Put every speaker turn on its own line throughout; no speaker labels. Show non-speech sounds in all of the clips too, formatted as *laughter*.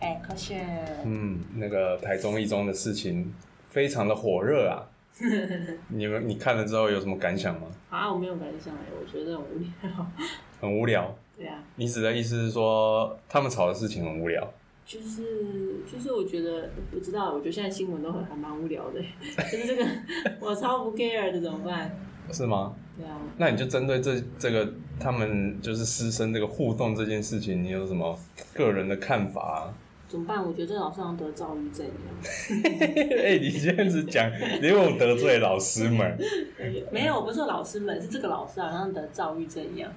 而且
嗯，那个台中一中的事情非常的火热啊。你们你看了之后有什么感想吗？
啊，我没有感想哎，我觉得很无聊。
很无聊。
*laughs* 对啊，
你指的意思是说他们吵的事情很无聊？
就是就是，我觉得不知道，我觉得现在新闻都很还蛮无聊的， *laughs* 就是这个 *laughs* 我超不 care 的，怎么办？
是吗？
对啊，
那你就针对这这个他们就是师生这个互动这件事情，你有什么个人的看法、啊？ *laughs*
怎么办？我觉得这老师好像得躁郁症一样。
哎、你这样子讲，你有得罪老师们，
没有，不是老师们，是这个老师啊好像得躁郁症一样，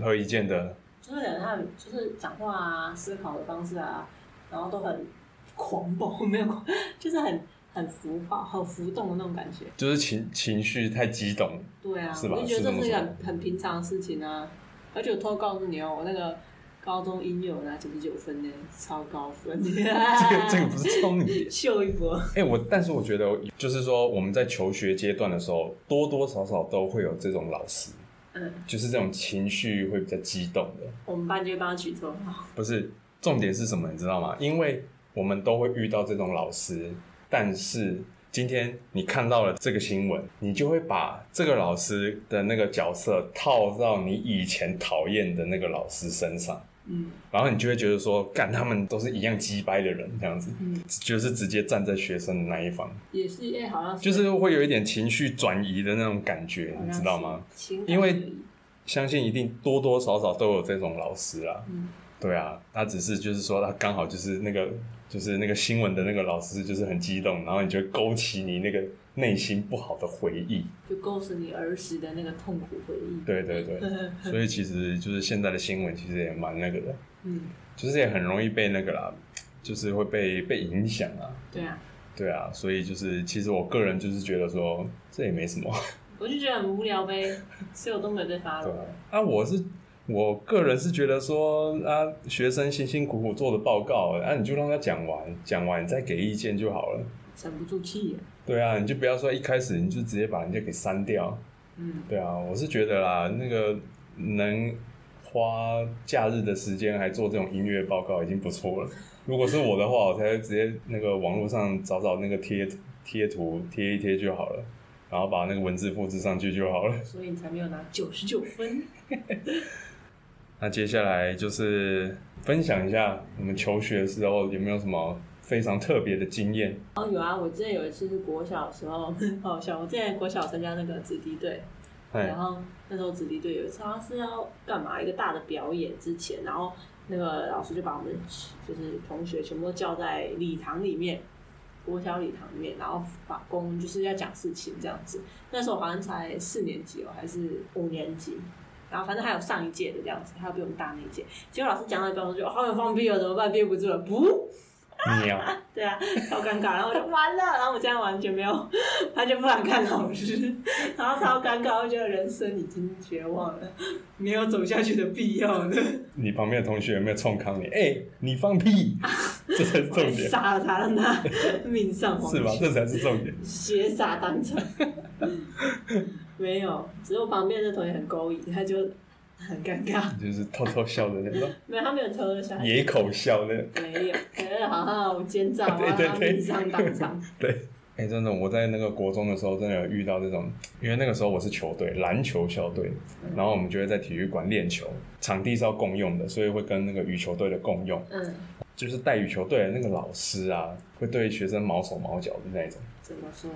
何以见得？
就是可能他很就是讲话啊、思考的方式啊，然后都很狂暴， *laughs* 没有狂，就是很很浮夸、很浮动的那种感觉。
就是情情绪太激动，
对啊，
是吧
我就觉得
是这
这
么
是一个
说
很很平常的事情啊。而且我偷偷告诉你哦，我那个高中英语有拿九十九分呢，超高分。这
这个这个不是重点。
秀一波。
哎、我但是我觉得，就是说我们在求学阶段的时候，多多少少都会有这种老师，
嗯，
就是这种情绪会比较激动的。
我们班就会帮他取绰号。
不是，重点是什么？你知道吗？因为我们都会遇到这种老师，但是今天你看到了这个新闻，你就会把这个老师的那个角色套到你以前讨厌的那个老师身上，
嗯
然后你就会觉得说，干他们都是一样鸡掰的人，这样子，
嗯，
就是直接站在学生的那一方，
也是，哎、好像
就是会有一点情绪转移的那种感觉，
好
你
像
知道
是
吗？？
情
因为
感的
相信一定多多少少都有这种老师啦。
嗯
对啊，他只是就是说，他刚好就是那个就是那个新闻的那个老师，就是很激动，然后你就会勾起你那个内心不好的回忆。
就勾起你儿时的那个痛苦回忆。
对对
*laughs*
对，所以其实就是现在的新闻其实也蛮那个的，
嗯，
就是也很容易被那个啦，就是会被被影响啊。
对啊，
对啊，所以就是其实我个人就是觉得说这也没什么。
我就觉得很无聊呗，所以我都没有在发
对
了。
啊，我是我个人是觉得说啊，学生辛辛苦苦做的报告，啊，你就让他讲完，讲完你再给意见就好了。
沉不住气耶。
对啊，你就不要说一开始你就直接把人家给删掉。
嗯，
对啊，我是觉得啦，那个能花假日的时间还做这种音乐报告已经不错了。如果是我的话，我才会直接那个网络上找找那个贴贴图贴一贴就好了，然后把那个文字复制上去就好了。
所以你才没有拿九十九分。
那接下来就是分享一下我们求学的时候有没有什么非常特别的经验？
哦，有啊，我之前有一次是国小的时候，很好笑。我之前国小参加那个子弟队，
哎
然，后那时候子弟队有一次好像是要干嘛一个大的表演之前，然后那个老师就把我们就是同学全部都叫在礼堂里面，国小礼堂里面，然后法工就是要讲事情这样子。那时候好像才四年级哦，还是五年级。然后反正还有上一届的这样子，还有比我们大那一届。结果老师讲到一半，我就觉得哦好想放屁哦，怎么办？憋不住了，不，
喵！
对啊，超尴尬。然后我就完了，然后我现在完全没有， *laughs* 完全不敢看老师，然后超尴尬，我觉得人生已经绝望了，没有走下去的必要了。
你旁边的同学有没有冲康你？哎、你放屁！这才是
我还 *laughs*
重点，
杀了他，让他命丧黄
是吧？这才是重点。
血洒当场。 *laughs* 没有，只是我旁边的同学很勾引，他就很尴尬。
就是偷偷笑的那种，
没有，他没有偷的小孩，
野口笑的。
没有，可是好好奸诈，我
对
让
*laughs* 对
他
对
命丧当场。
哎、真的，我在那个国中的时候，真的有遇到这种，因为那个时候我是球队，篮球校队，然后我们就会在体育馆练球，场地是要共用的，所以会跟那个羽球队的共用。
嗯，
就是带羽球队的那个老师啊，会对学生毛手毛脚的那一种，
怎么说？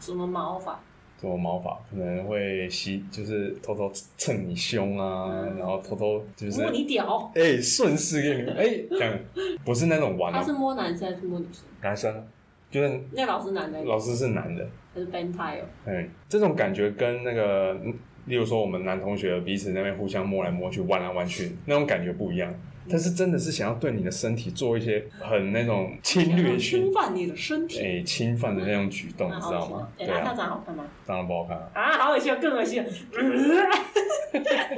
什么毛法？
这种毛法可能会吸，就是偷偷蹭你胸啊，
嗯
然后偷偷就是
摸你屌。
哎顺势给你哎这样，不是那种玩
他
啊
是，摸男生还是摸女生？
男生就是
那老师男的
老师是男的，
还是 Ben t i 哦？
嗯，这种感觉跟那个，嗯例如说我们男同学彼此那边互相摸来摸去、弯来弯去，那种感觉不一样。但是真的是想要对你的身体做一些很那种侵略性
侵、犯你的身体，
哎、侵犯的那种举动，你
蛮
知
好
道
奇的
吗？。
哎，
对
那他
啊，
长得好看吗？
当然不好看啊。
啊，好恶心哦，更恶心了。嗯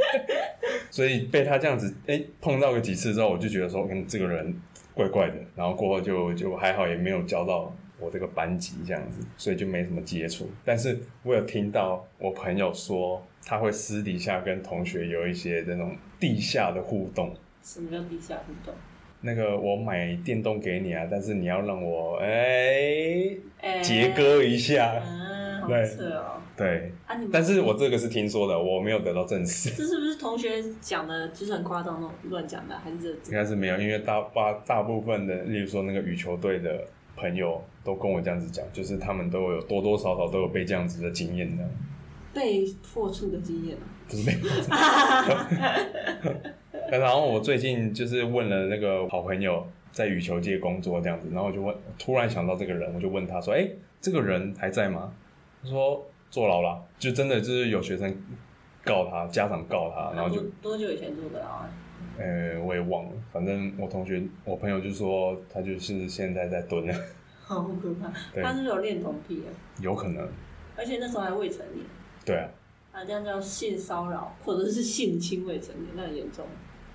所以被他这样子哎、碰到个几次之后，我就觉得说，嗯，这个人怪怪的。然后过后就就还好，也没有交到我这个班级这样子，所以就没什么接触。但是我有听到我朋友说，他会私底下跟同学有一些这种地下的互动。
什么叫地下互动？
那个我买电动给你啊，但是你要让我哎、
哎
切割一下，
嗯，好
对
扯哦。
对。
啊，你们
但是我这个是听说的，我没有得到证实，
这是不是同学讲的，就是很夸张那种乱讲的，还是这
应该是没有，因为大大大部分的，例如说那个羽球队的朋友都跟我这样子讲，就是他们都有多多少少都有被这样子的经验的， *laughs*
被破处的经验啊？
不是被然后我最近就是问了那个好朋友在羽球界工作这样子，然后我就问，突然想到这个人，我就问他说：“哎、这个人还在吗？”他说：“坐牢了。”就真的就是有学生告他，家长告他，然后就
多多久以前做的啊？ *laughs*
呃我也忘了，反正我同学我朋友就说他就是现在在蹲了， *laughs*
好可怕！
对
他是不是有恋童癖啊？
有可能，
而且那时候还未成年，
对啊，
啊，这样叫性骚扰或者是性侵未成年，那很严重，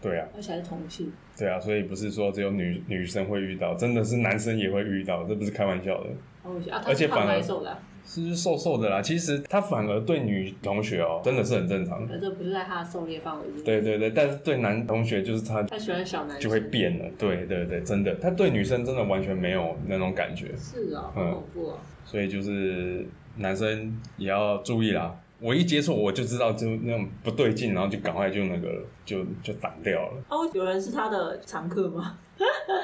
对啊，
而且还是同性。
对啊，所以不是说只有女女生会遇到，真的是男生也会遇到，这不是开玩笑的。
好恶心啊！他
而且
是胖
反而
还是瘦的啊？
是瘦瘦的啦，其实他反而对女同学哦、真的是很正常。
反正不是在他的狩猎范围之内。
对对对，但是对男同学就是他
他喜欢小男生，
就会。变了。对对对，真的，他对女生真的完全没有那种感觉，
是啊、
嗯
好恐怖哦、
所以就是男生也要注意啦。我一接触我就知道就那种不对劲，然后就赶快就那个了就就挡掉了。 *laughs*
哦，有人是他的常客吗？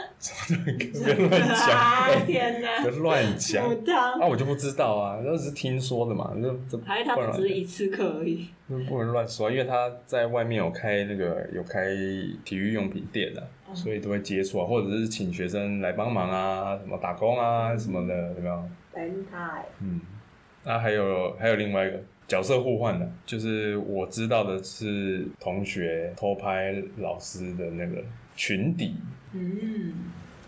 别乱
*laughs*
讲，
啊！天哪！
别乱讲
母汤，
啊！我就不知道啊，那只是听说的嘛，那这
还是他们只是一次课而已。
不能乱说，因为他在外面有开那个有开体育用品店的、
哦
所以都会接触啊，或者是请学生来帮忙啊，什么打工啊什么的，有没有？
变态。
嗯，那、还有还有另外一个角色互换的，就是我知道的是同学偷拍老师的那个裙底，
嗯，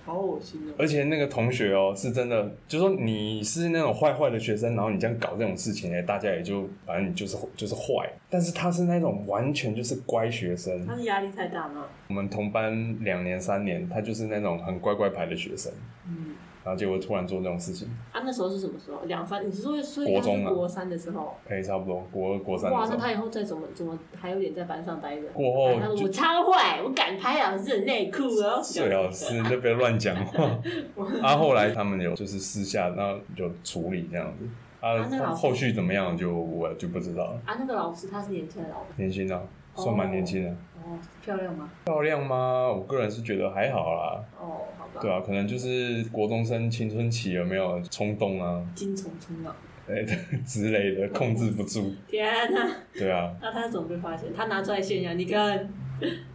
好恶心哦！
而且那个同学哦是真的，就说你是那种坏坏的学生，然后你这样搞这种事情，哎，大家也就反正你就是就是坏，但是他是那种完全就是乖学生，
他是压力太大吗？
我们同班两年三年，他就是那种很乖乖牌的学生，
嗯，
然后结果突然做这种事情，
啊，那时候是什么时候？两三？你是说所以
国
他是
中啊
国三的时候？
哎，差不多国二国三
哇，
的时
那
候，
他以后再怎么怎么还有脸在班上待着？
过
啊他说我
后哦就
超坏，我敢拍老师的内裤哦！
最好是就不要乱讲话。
*laughs*
啊，后来他们有就是私下，然后有处理这样子。啊
啊那，老师
后续怎么样就我就不知道了。
啊，那个老师他是年轻的老师
年轻啊，算蛮年轻的。
哦，漂亮吗？
漂亮吗？我个人是觉得还好啦。
哦，好吧，
对啊，可能就是国中生青春期有没有冲动啊， *laughs*
金虫冲浪。
哎、之类的，控制不住。
天哪、
对啊，
那他是怎么被发现？他拿出来炫耀，你看，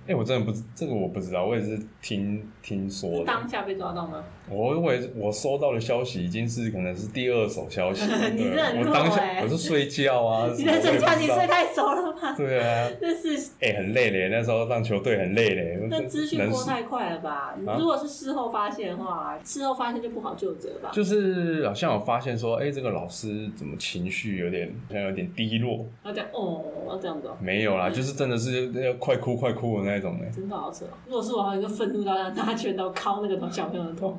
哎、我真的不知这个我不知道，我也是听听说
是
的。
当下被抓到吗？
我我也是我收到的消息已经是可能是第二手消息，
*laughs* 你
对啊
这很
我
弱
当
欸
下我是睡觉啊，
*laughs* 你
什么
在睡
我也不
觉，
知
你
道
睡太熟了吧？
对啊，
*laughs* 那是
哎、很累嘞，那时候让球队很累嘞，
那
这
资讯
人
过
是
太快了吧？你
啊
如果是事后发现的话，事后发现就不好就责吧？
就是好像有发现说，哎、这个老师怎么情绪有点好像有点低落，
要这样哦，要这样子哦，
没有啦，就是真的是要快哭快哭的那种哎、
真的好扯哦。如果是我，好像就愤怒到让拿拳头敲那个小朋友的头。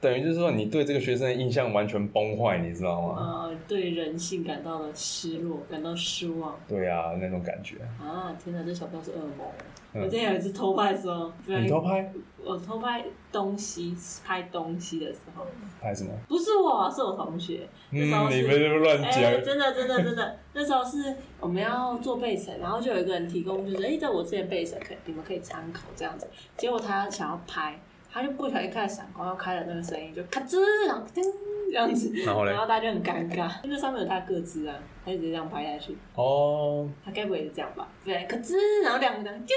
等于就是说你对这个学生的印象完全崩坏，你知道吗？
呃，对人性感到了失落，感到失望
对啊，那种感觉。
啊！天哪，这小朋友是恶魔。
嗯
我之前有一次偷拍的时候，不然
你偷拍
我偷拍东西，拍东西的时候，
拍什么？
不是我，是我同学。那时候
嗯，
是
你们这么乱
哎、
讲，
真的真的真的，
*laughs*
那时候是我们要做备审，然后就有一个人提供，就是哎、这我之前备审可以，你们可以参考这样子。结果他想要拍，他就不小心开了闪光，要开了那个声音就咔吱，然后叮这样子，
然后嘞
然，后大家就很尴尬，因为上面有他的个子啊，他就直接这样拍下去，
哦，
他该不会也是这样吧？对，咔吱，然后两个人叮。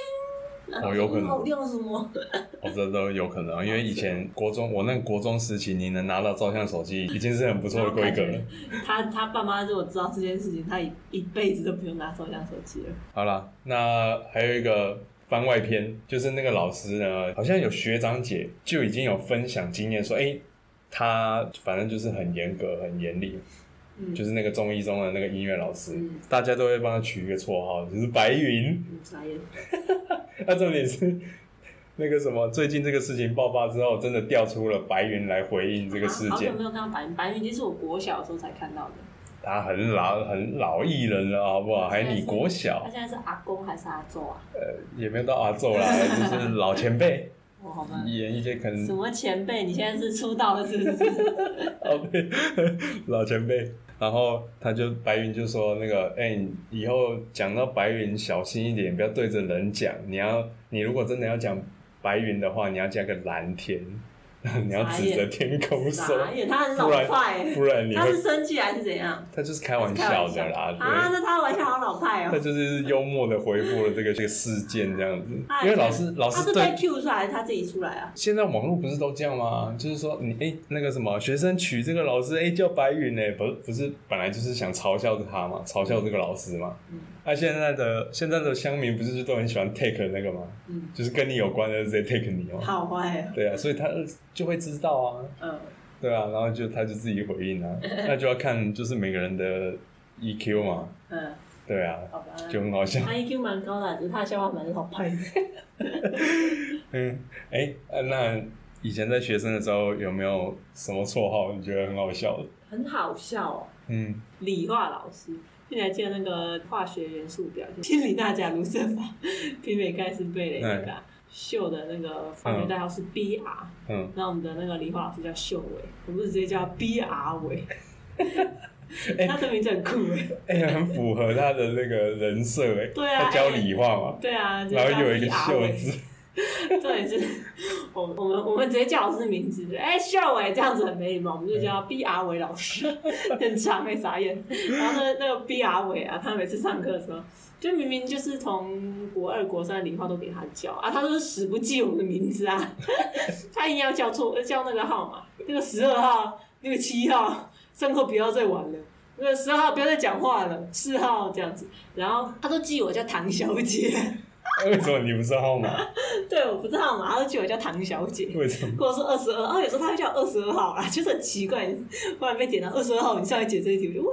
然后
哦有可能
我用什么？
我这都有可能啊，因为以前国中，我那个国中时期，你能拿到照相手机已经是很不错的规格了。
*laughs* 他他爸妈如果知道这件事情，他一一辈子都不用拿照相手机了。
好啦，那还有一个番外篇，就是那个老师呢，好像有学长姐就已经有分享经验说，哎、他反正就是很严格、很严厉，
嗯
就是那个中一中的那个音乐老师，
嗯
大家都会帮他取一个绰号，就是白云。
嗯，傻眼。
那、重点是。那个什么，最近这个事情爆发之后，真的调出了白云来回应这个事
好
件
久。没有看到白云，白云已经是我国小的时候才看到的。
他啊很老很老艺人了，好不好？还你国
他
小
现在是阿公还是阿周啊？ *laughs*
也没有到阿昼啦，就是老前辈。
我好吧。
演一些可能
什么前辈？你现在是出道了是不
*laughs*
是？
哦，对， *laughs* 老前辈。然后他就白云就说那个，哎、你以后讲到白云小心一点，不要对着人讲。你要，你如果真的要讲白云的话，你要加个蓝天， *laughs* 你要指着天空说
傻，眼，他很老
不然
派欸，
不然你
他
会
是生气还是怎样？
他就是开玩笑的啦，
啊，
对。
那他的玩笑好老派
他
哦。
就是幽默的回复了这个这个事件
*laughs*
这样子
他，
因为老师老
哎他
师
是
对
被 Q 出来，还是他自己出来啊？
现在网络不是都这样吗？就是说你哎、那个什么学生取这个老师哎、叫白云哎、不是不是本来就是想嘲笑他嘛，嘲笑这个老师嘛。
嗯
那、现在的现在的乡民不是就都很喜欢 take 那个吗？
嗯
就是跟你有关的直接 take 你嘛。
好坏哦，
对啊，所以他就会知道啊，
嗯，
对啊，然后就他就自己
*laughs*
回应啊，那就要看就是每个人的 EQ 嘛，
嗯，
对啊，
好吧。嗯
就很好笑。
他 EQ 蛮高的，只是他的笑话蛮老派
*laughs*
的。
嗯，哎、呃那以前在学生的时候有没有什么绰号你觉得很好笑的？
很好笑哦，
嗯。
理化老师。你还记得那个化学元素表，就氢锂钠钾卢瑟法，媲美盖斯贝雷那个
哎
啊秀的那个化学代号是 BR，
嗯，
那我们的那个理化老师叫秀伟，我们直接叫 BR
*laughs*
伟。他的名字很酷哎，
哎、很符合他的那个人设哎、
对啊
他教理化嘛，
对啊，就啊
然后又有一个
叫 BR
秀
伟，
字，
*laughs* 对，就是我们我们我们直接叫老师名字，就哎、秀伟这样子很没礼貌，我们就叫 B R 伟老师， *laughs* 很长哎、傻眼。然后那个那个 B R 伟啊，他每次上课的时候，就明明就是从国二国三的理化都给他叫啊，他都是死不记我们的名字啊， *laughs* 他硬要叫错呃叫那个号码，那个十二号，那个七号，上课不要再玩了。那个十号不要再讲话了，四号这样子，然后他都记我叫唐小姐， *laughs*
为什么你不是号码？
对，我不知道嘛，他都记我叫唐小姐。
为什么？
或者说二十二，然后有时候他会叫二十二号啦，就是很奇怪，忽然被点到二十二号，你上来解这一题，我就哇，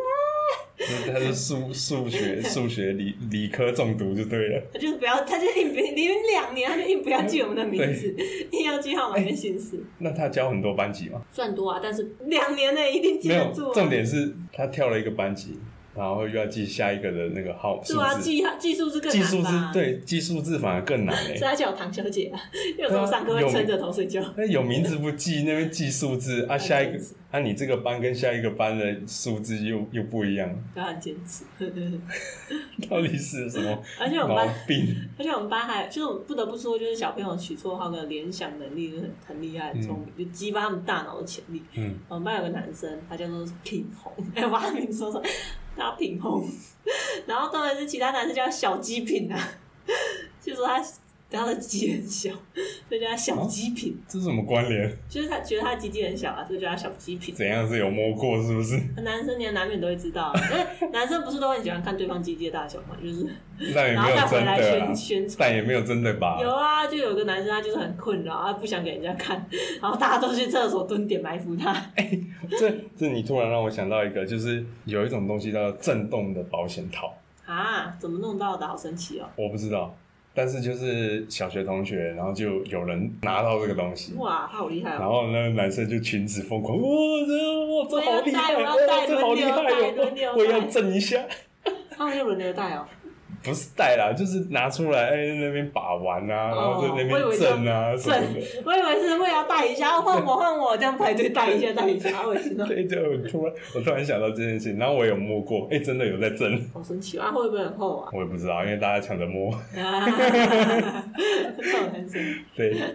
那 *laughs* 他是数数学数学理理科中毒就对了。
他就是不要，他就硬别连两年，他就硬不要记我们的名字，硬要记号码跟姓氏，
那他教很多班级嘛？
算多啊，但是两年内一定记
没
得
有，
住、啊。
重点是他跳了一个班级，然后又要记下一个的那个号数
对啊，
字，
记号记数字更
记数
难
字
吧？，
对记数字反而
*laughs*
更难哎、
所以他叫我唐小姐啊，因为有时候上课
对
会
啊
撑着头睡觉。
那有名字不记，那边记数字啊，下一个啊，你这个班跟下一个班的数字又又不一样， *laughs*
他啊很坚持，
到底是什
*laughs*
么
而且我们
毛
班，
病？
*laughs* 而且我们班还就是我不得不说，就是小朋友取绰号跟联想能力就是很很厉害，很聪明，就激发他们大脑的潜力。
嗯，
我们班有哦个男生，他叫做品红， *laughs* 哎、我把他名字说出来，他品红。然后当然是其他男生叫他小鸡品啊， *laughs* 就说他他的鸡很小，所以叫他小鸡品。
这是什么关联？
就是他觉得他鸡鸡很小啊，所以叫他小鸡品。
怎样是有摸过是不
*laughs*
是？
男生连难免都会知道、啊，因为男生不是都很喜欢看对方鸡鸡的大小嘛，就是
那也
然
哎
后
没有
再回
真
来
的啊啦
宣，宣传。
但也没有真的吧？
有啊，就有个男生他就是很困扰，啊他不想给人家看，然后大家都去厕所蹲点埋伏他。
哎这这你突然让我想到一个，就是有一种东西叫震动的保险套，
啊，怎么弄到的？好神奇哦！
我不知道，但是就是小学同学，然后就有人拿到这个东西。
哇，他好厉害哦！
然后那个男生就群指疯狂，哇，这哇这
我要
好厉害，
戴我要
哇
戴
这好厉害
轮流戴轮
哦
流！
我要
戴
震一下，
他们就轮流带哦。
不是戴啦，就是拿出来，哎，那边把玩啊，然后在那
哦我以
边
为
震啊什么的。
我以为是为了带一下，换我换我这样排队带一下带一下，我知道。
对，就我突然我突然想到这件事情，然后我有摸过，哎、真的有在震，
好神奇啊！会不会很厚啊？
我也不知道，因为大家抢着摸，
啊，这种很神奇，
对，
*laughs*
哎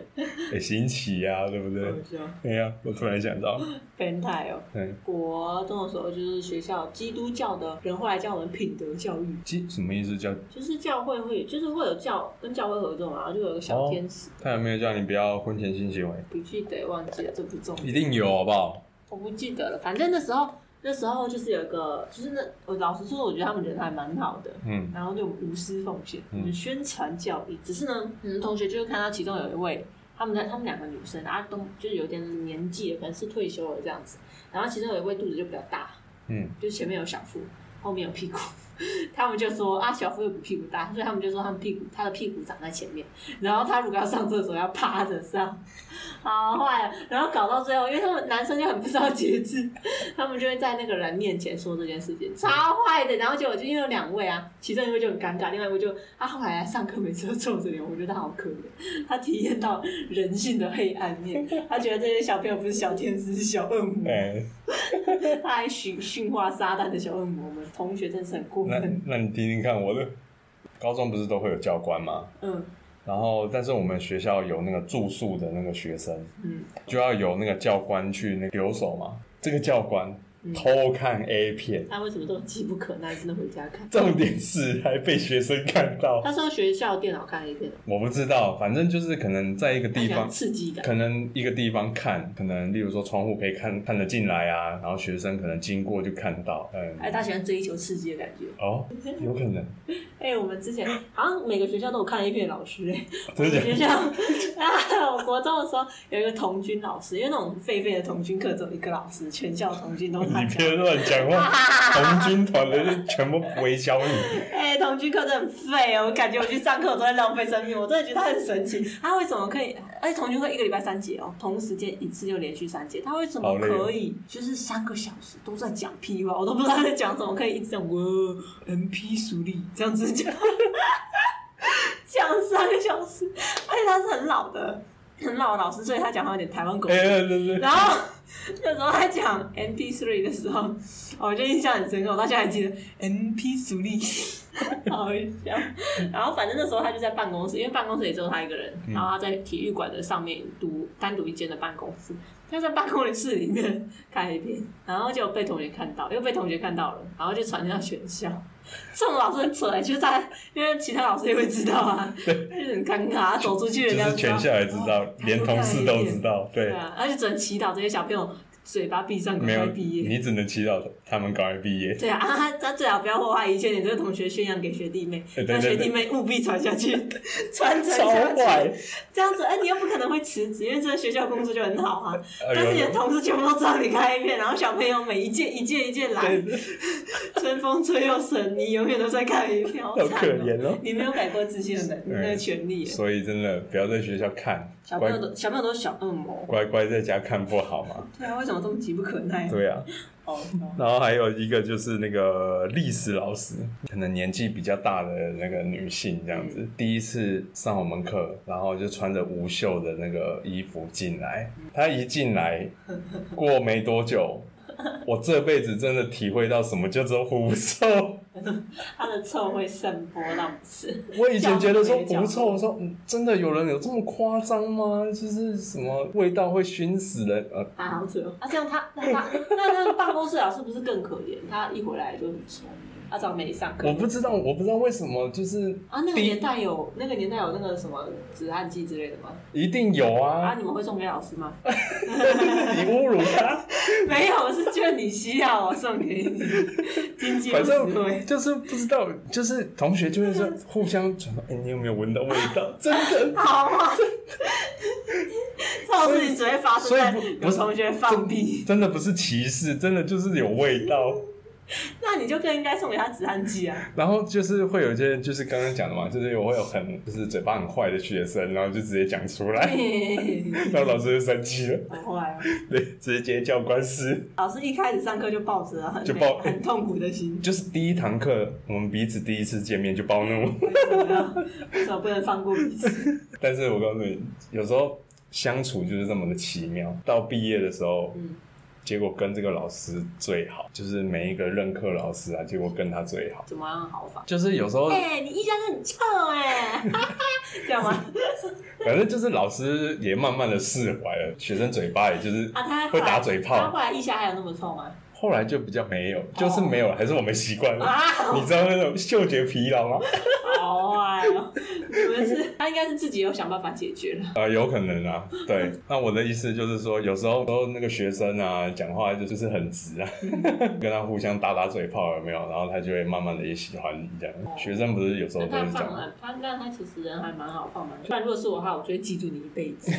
很新奇呀、啊对不对？
好笑。
哎呀、我突然想到，
变态哦！
嗯，
国中的时候就是学校基督教的人会来教我们品德教育，
基什么意思叫？
就是教会会就是会有教跟教会合作嘛，然后就有个小天使，
他有没有叫你不要婚前性行为？
不记得忘记了，这不重要。
一定有，好不好？
我不记得了，反正那时候那时候就是有一个，就是那我老实说，我觉得他们人还蛮好的，
嗯
然后就无私奉献，
嗯
就是宣传教育。只是呢，嗯，同学就会看到其中有一位，他们的他们两个女生啊，都就是有点年纪了，可能是退休了这样子。然后其中有一位肚子就比较大，
嗯，
就前面有小腹，后面有屁股， *laughs* 他们就说啊，小夫又比屁股大，所以他们就说他们屁股他的屁股长在前面，然后他如果要上厕所要趴着上， *laughs* 好坏了，然后搞到最后，因为他们男生就很不知道节制， *laughs* 他们就会在那个人面前说这件事情，超坏的。然后结果就因为有两位啊，其中一位就很尴尬，另外一位就他后来上课每次都皱着脸，我觉得他好可怜，他体验到人性的黑暗面，他觉得这些小朋友不是小天使，是小恶魔。
哎，
他还驯驯化撒旦的小恶魔们，同学真是很过
那
分。
那你听听看我的，高中不是都会有教官吗？
嗯
然后，但是我们学校有那个住宿的那个学生，
嗯，
就要有那个教官去那个留守嘛。这个教官
嗯
偷看 A 片，
他为什么都机不可耐，真的回家看？
重点是还被学生看到。
他是用学校电脑看 A 片的，
我不知道，反正就是可能在一个
他
地
喜欢
方，
刺激感。
可能一个地方看，可能例如说窗户可以看看得进来啊，然后学生可能经过就看到，嗯，
哎，他喜欢追求刺激的感觉。
哦，有可能，
哎、我们之前好像每个学校都有看 A 片的老师哎、
真的假
学
的？
校啊，我国中的时候有一个童军老师，因为那种废废的童军课只有一个老师，全校童军都是他
你
教
别。乱讲话，
*laughs*
红军团的就全部围剿你，
哎、同居课真的很废哦，我感觉我去上课我都在浪费生命，我真的觉得他很神奇。他为什么可以？而且同居课一个礼拜三节哦，同时间一次就连续三节，他为什么
好累哦
可以？就是三个小时都在讲屁话，我都不知道他在讲什么，可以一直讲我 MP 熟力这样子讲， *laughs* 讲三个小时，而且他是很老的，很老的老师，所以他讲话有点台湾口音
哎、。对对对，
然后那时候他讲 MP 3的时候，哦我就印象很深刻，我到现在还记得 MP 苏力，好笑。然后反正那时候他就在办公室，因为办公室也只有他一个人，
嗯
然后他在体育馆的上面独单独一间的办公室，他在办公室里面看一遍，然后就被同学看到，又被同学看到了，然后就传到全校。这种老师很扯、欸，就是他，因为其他老师也会知道啊，他就很尴尬，走出去人
就
家
是全校也知道，
哦
连同事都知道，对
对，啊，而且只能祈祷这些小朋友嘴巴闭上，
没
赶
有
快，毕业。
你只能祈祷他们赶快毕业。
对啊， *laughs* 啊他他最好不要祸害一切。你这个同学宣扬给学弟妹，
对对
让学
对
弟
对，
妹务必传下
*laughs*
去，传承
超
下
坏
去。，这样子，哎、你又不可能会辞职，因为这个学校工作就很好啊。
哎
但是你
呦
的，同事全部都知道你开一片，然后小朋友每一届一届一届来，
对，
春风吹又生，你永远都在开一片，好
*laughs* 好
惨
可
哦、
怜哎哦。
你没有改过自新的能那个权利耶，
所以真的不要在学校看，
小朋
乖
友都小朋友都是小恶魔。
乖乖在家看不好吗？
对啊，为什么这么急不可耐？
对啊，
哦，哦
然后还有一个就是那个历史老师，可能年纪比较大的那个女性这样子，第一次上我们课，然后就穿着无袖的那个衣服进来，她一进来，过没多久，我这辈子真的体会到什么叫做狐臭。
他的臭会散播到此。
*laughs* 我以前觉得说狐臭，我说、嗯、真的有人有这么夸张吗？就是什么味道会熏死人？呃，
啊，好扯哦！啊，这样他那他那那个办公室老师不是更可怜？他一回来就很臭，他早没上课
我。不知道，我不知道为什么，就是
啊，那个
第一
年代有那个年代有那个什么止汗剂之类的吗？
一定有
啊，
啊，
你们会送给老师吗？ *laughs*
你侮辱他。
没有，我是劝你需要，我送给你。经济
反
不对。
正就是不哎知道，就是同学就会 *laughs* 说互相传，哎、你有没有闻到味道？ *laughs* 真的，
好啊，这种事情只会发生
所以
在
不
有
不是
同学放屁，
真的不是歧视，真的就是有味 *laughs* 道。
那你就更应该送给他止汗剂啊！
然后就是会有一些，就是刚刚讲的嘛，就是我会有很就是嘴巴很坏的学生，然后就直接讲出来，
嘿嘿嘿
然后老师就生气了， *laughs*
好坏哦！
对，直接教官室。
老师一开始上课就抱着很
就抱
很痛苦的心，
就是第一堂课，我们彼此第一次见面就暴怒，
为什么不能放过彼
*laughs*
此？
但是我告诉你，有时候相处就是这么的奇妙。到毕业的时候，
嗯
结果跟这个老师最好，就是每一个任课老师啊，结果跟他最好。
怎么样好法？
就是有时候，
哎、你印象真的很臭哎、 *laughs* 哈哈，这样吗？
反正就是老师也慢慢的释怀了，学生嘴巴也就是
啊，他
会打嘴
他哦
炮。
后来腋下还有那么臭吗？
后来就比较没有，就是没嗯有了，还是我们习惯了。
啊，
你知道那种嗅觉疲劳吗？
好坏哦！你们是他应该是自己有想办法解决了。
啊，有可能啊，对。那我的意思就是说，有时候都那个学生啊，讲话就就是很直啊，
嗯
*laughs* 跟他互相打打嘴炮有没有？然后他就会慢慢的也喜欢你这样。学生不是有时候
那他
都是这
放
样，
了，他那他其实人还蛮好，放蛮。不然如果是我的话，我就会记住你一辈
*laughs*
子。
*laughs*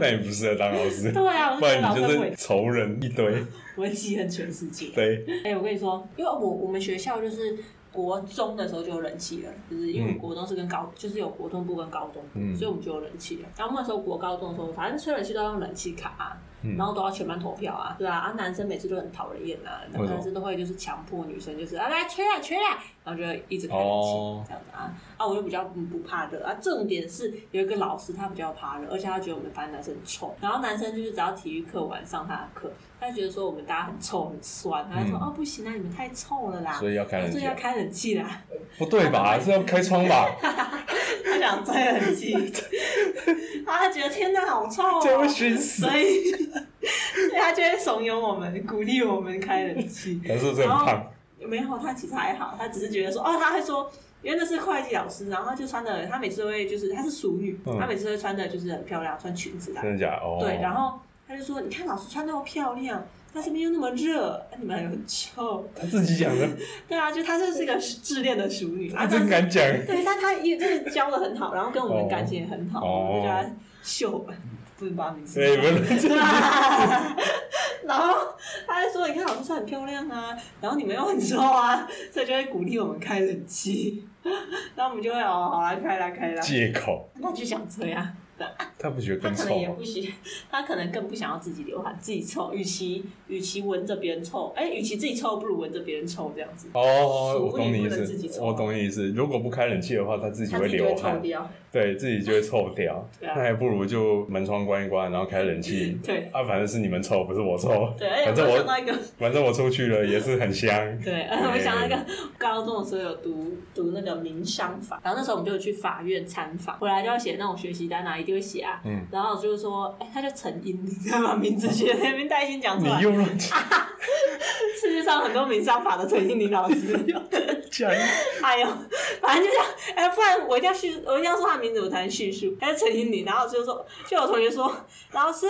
那你不适合当老师，
*laughs* 对啊，我
不
觉得
然
老
你就
师
是
会，
仇人一堆。
我会记恨全世界。
对，
哎、我跟你说，因为我我们学校就是国中的时候就有人气了，就是因为
嗯
国中是跟高，就是有国中部跟高中部，
嗯
所以我们就有人气了。然后那时候国高中的时候，反正吹冷气都要用冷气卡、啊，
嗯
然后都要全班投票啊，对啊，啊男生每次都很讨人厌啊，然后
为什么
男生都会就是强迫女生就是啊来吹啊吹啊，然后就一直开冷气。
哦，
这样子啊，啊，我就比较不不怕热啊。重点是有一个老师他比较怕热，而且他觉得我们班男生很臭，然后男生就是只要体育课晚上他的课，他就觉得说我们大家很臭很酸，他就说、
嗯
哦不行啊，你们太臭了啦，
所以要开冷
啊所
气啊
以，要开冷气啦，
不对吧？是要开窗吧？
他想吹冷气， *laughs* 啊，他觉得天哪好臭
这样
哦
会，熏死。
所以所以他就会怂恿我们，鼓励我们开冷气。
但是这很胖，
没有，他其实还好，他只是觉得说，哦，他会说，因为那是会计老师，然后他就穿的，他每次都会就是，她是淑女，
嗯
她每次都会穿的就是很漂亮，穿裙子的，
真的假的？哦，
对，然后他就说，你看老师穿那么漂亮，但是边又那么热，啊你们还很臭，
他自己讲的，
对啊，就她就是一个自恋的淑女，
他
啊，
真
但是
敢讲。 *laughs*
对，但她也就是教的很好，然后跟我们
哦
感情也很好，
哦
我们就叫她秀，不能把名字
所以
讲
不能这样。
*laughs* 然后他就说：“你看老师穿很漂亮啊，然后你们又很臭啊，所以就会鼓励我们开冷气。然后我们就会哦，好啦，开啦，开啦。
借口，
他就想这样，
他不觉得
他
更
可能
臭
也
吗？
不喜，他可能更不想要自己流汗，自己臭。与其与其闻着别人臭，哎，与其自己臭，不如闻着别人臭这样子，
哦，我懂你
不
意
能自己
思，
抽
我懂你意思。如果不开冷气的话，他自己
他自己就
流
会臭
汗，
掉。
对自己就会臭掉。
对
那
啊，
还不如就门窗关一关，然后开冷气。
对
啊，反正是你们臭，不是我臭。
对，而
反
且
正
我
我
想到一个
反正我出去了也是
*laughs*
很香。
对，呃，我想到一个高中的时候有读读那个民商法，然后那时候我们就去法院参访，回来就要写那种学习单啊，一定会写啊。
嗯
然后就是说，哎、他叫陈英，你知道吗？名字写那边带英讲出
你
来，
又乱
世界上很多民商法的陈英林老
*laughs*
师， *laughs*
讲，
哎呦，反正就这样，哎、不然我一定要叙，我一定要说他名字，我才能叙述。他是陈英林，然后就说，就有同学说，老师。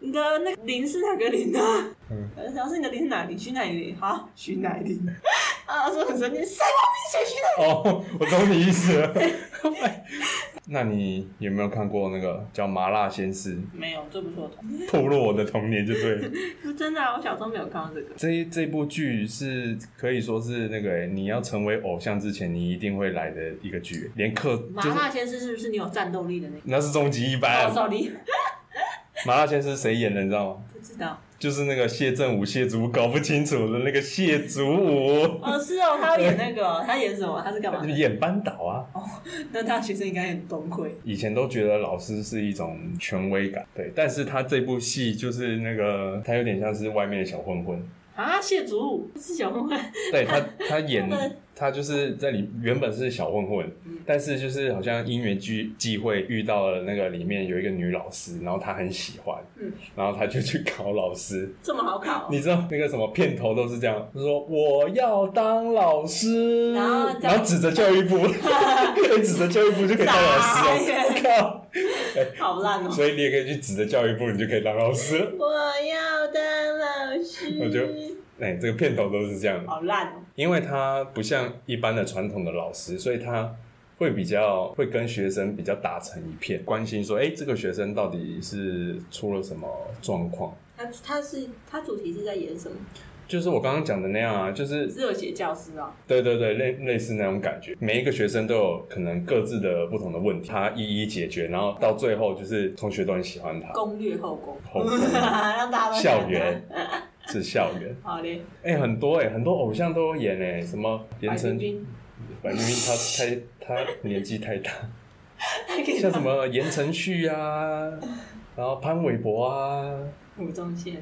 你的那个林是哪个林啊？
嗯
呃，老师你的林是哪里？徐乃麟，好，徐乃麟。啊，老师很生气，谁帮你写徐乃
哦，我懂你意思了。 *laughs* 那你有没有看过那个叫《麻辣
*laughs*
鲜师
没有，这不是我童》，
透露我的童年就对了。
年。真的、啊，我小时候没有看到这个。
这一这部剧是可以说是那个、欸、你要成为偶像之前，你一定会来的一个剧，欸连课
麻
就是哎
辣鲜师是不是你有战斗力的那
那是终极一班
个？哦，。少林
麻辣鲜师谁演的你知道吗？
不知道。
就是那个谢振武、谢祖武搞不清楚的那个谢祖武，
哦，是哦，他要演那个哦、他演什么？他是干嘛
就？哎演班导啊。
那他学生应该很崩溃。
以前都觉得老师是一种权威感，对，但是他这部戏就是那个他有点像是外面的小混混，
啊，谢祖武是小混混， *laughs*
对他，他演
他们嗯
他就是在里原本是小混混，但是就是好像因缘聚际会遇到了那个里面有一个女老师，然后他很喜欢，
嗯哦
然后他就去考老师。
这么好考、
你知道那个什么片头都是这样，他说我要当老师，
然后这样
然后指着教
*laughs*
育部，可以指着教育部就可以当老师
傻
哦，靠！
好烂哦！
所以你也可以去指着教育部，你就可以当老师了。
我要当老师
我觉哎、这个片头都是这样的。
好烂哦。
因为他不像一般的传统的老师，所以他会比较会跟学生比较打成一片，关心说，哎，这个学生到底是出了什么状况？
他他是他主题是在演什么？
就是我刚刚讲的那样啊，就是
热血教师啊、
对对对，类类似那种感觉。每一个学生都有可能各自的不同的问题，他一一解决，然后到最后就是同学都很喜
*laughs*
欢他。
攻略后宫，
后宫
*laughs* 让大家都
校园是校园，
好嘞，
哎、很多哎、很多偶像都有演哎、什么言
白
承
冰冰，
白冰冰，他太他年纪太大。
还可以
*laughs* 像
*laughs*
什么言承旭啊，然后潘玮柏啊，
吴宗宪，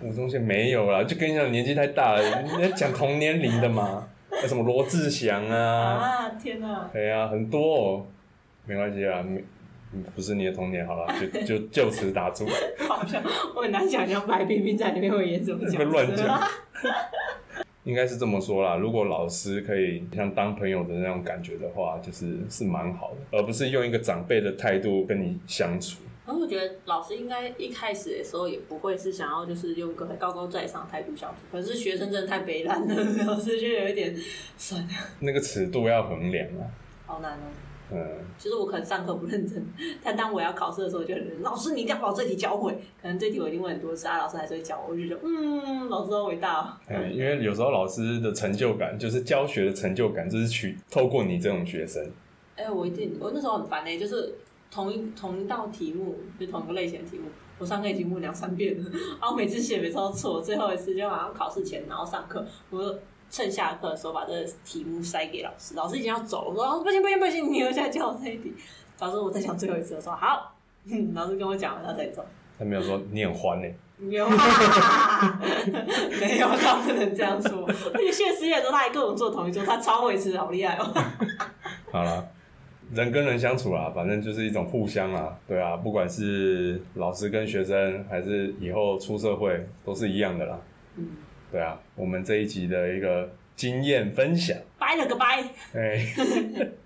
吴宗宪没有啦，就跟你讲年纪太大了，你要讲同年龄的嘛， *laughs* 那什么罗志祥啊，
啊，天哪、
对啊，很多、哦，没关系啊，没不是你的童年好了，就就就此打住， *laughs*
好像我很难想象白冰冰在里面会演什么角色。
会乱讲应该是这么说啦。如果老师可以像当朋友的那种感觉的话，就是是蛮好的，而不是用一个长辈的态度跟你相处。
然后我觉得老师应该一开始的时候也不会是想要就是用个很高高在上的态度相处，可是学生真的太悲惨了， *laughs* 老师就有一点算了，
那个尺度要衡量啊。
好难哦。
嗯，
其实我可能上课不认真， *laughs* 但当我要考试的时候，我就很认真。老师，你一定要把我这题教会。可能这题我已经问很多次啊，老师还是会教我，我就觉得嗯，老师好伟大、哦。
嗯，因为有时候老师的成就感，就是教学的成就感，就是取透过你这种学生，
哎、我一定，我那时候很烦呢、欸就是同一同一道题目，就同一个类型的题目，我上课已经问两三遍了， *laughs* 然后每次写每次都错，最后一次就好像考试前，然后上课，我就趁下课的时候把这个题目塞给老师，老师已经要走了，我说、哦不行不行不行，你留下来教我这一题。老师，我再讲最后一次，我说好， *laughs* 嗯老师跟我讲完他再走。
他没有说你很欢呢、欸
没有啊，没有，他不能这样说。 *laughs* 而且现实演的时候，他还跟我们坐同一桌，他超会吃，好厉害哦。
好啦，人跟人相处啦，反正就是一种互相啦，对啊，不管是老师跟学生，还是以后出社会，都是一样的啦。
嗯，
对啊，我们这一集的一个经验分享，
拜了个拜。
哎，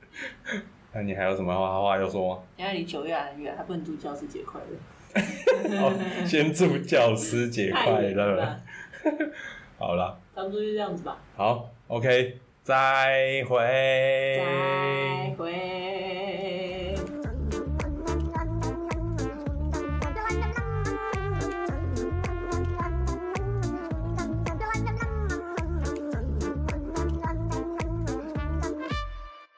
*laughs* 那你还有什么话话要说吗？
因为离九月还很远，还不能祝教师节快乐。
哦，先祝教师节快
太远了
乐
吧。！
好啦，
差不多就这样子吧。
好，OK，再会，
再会。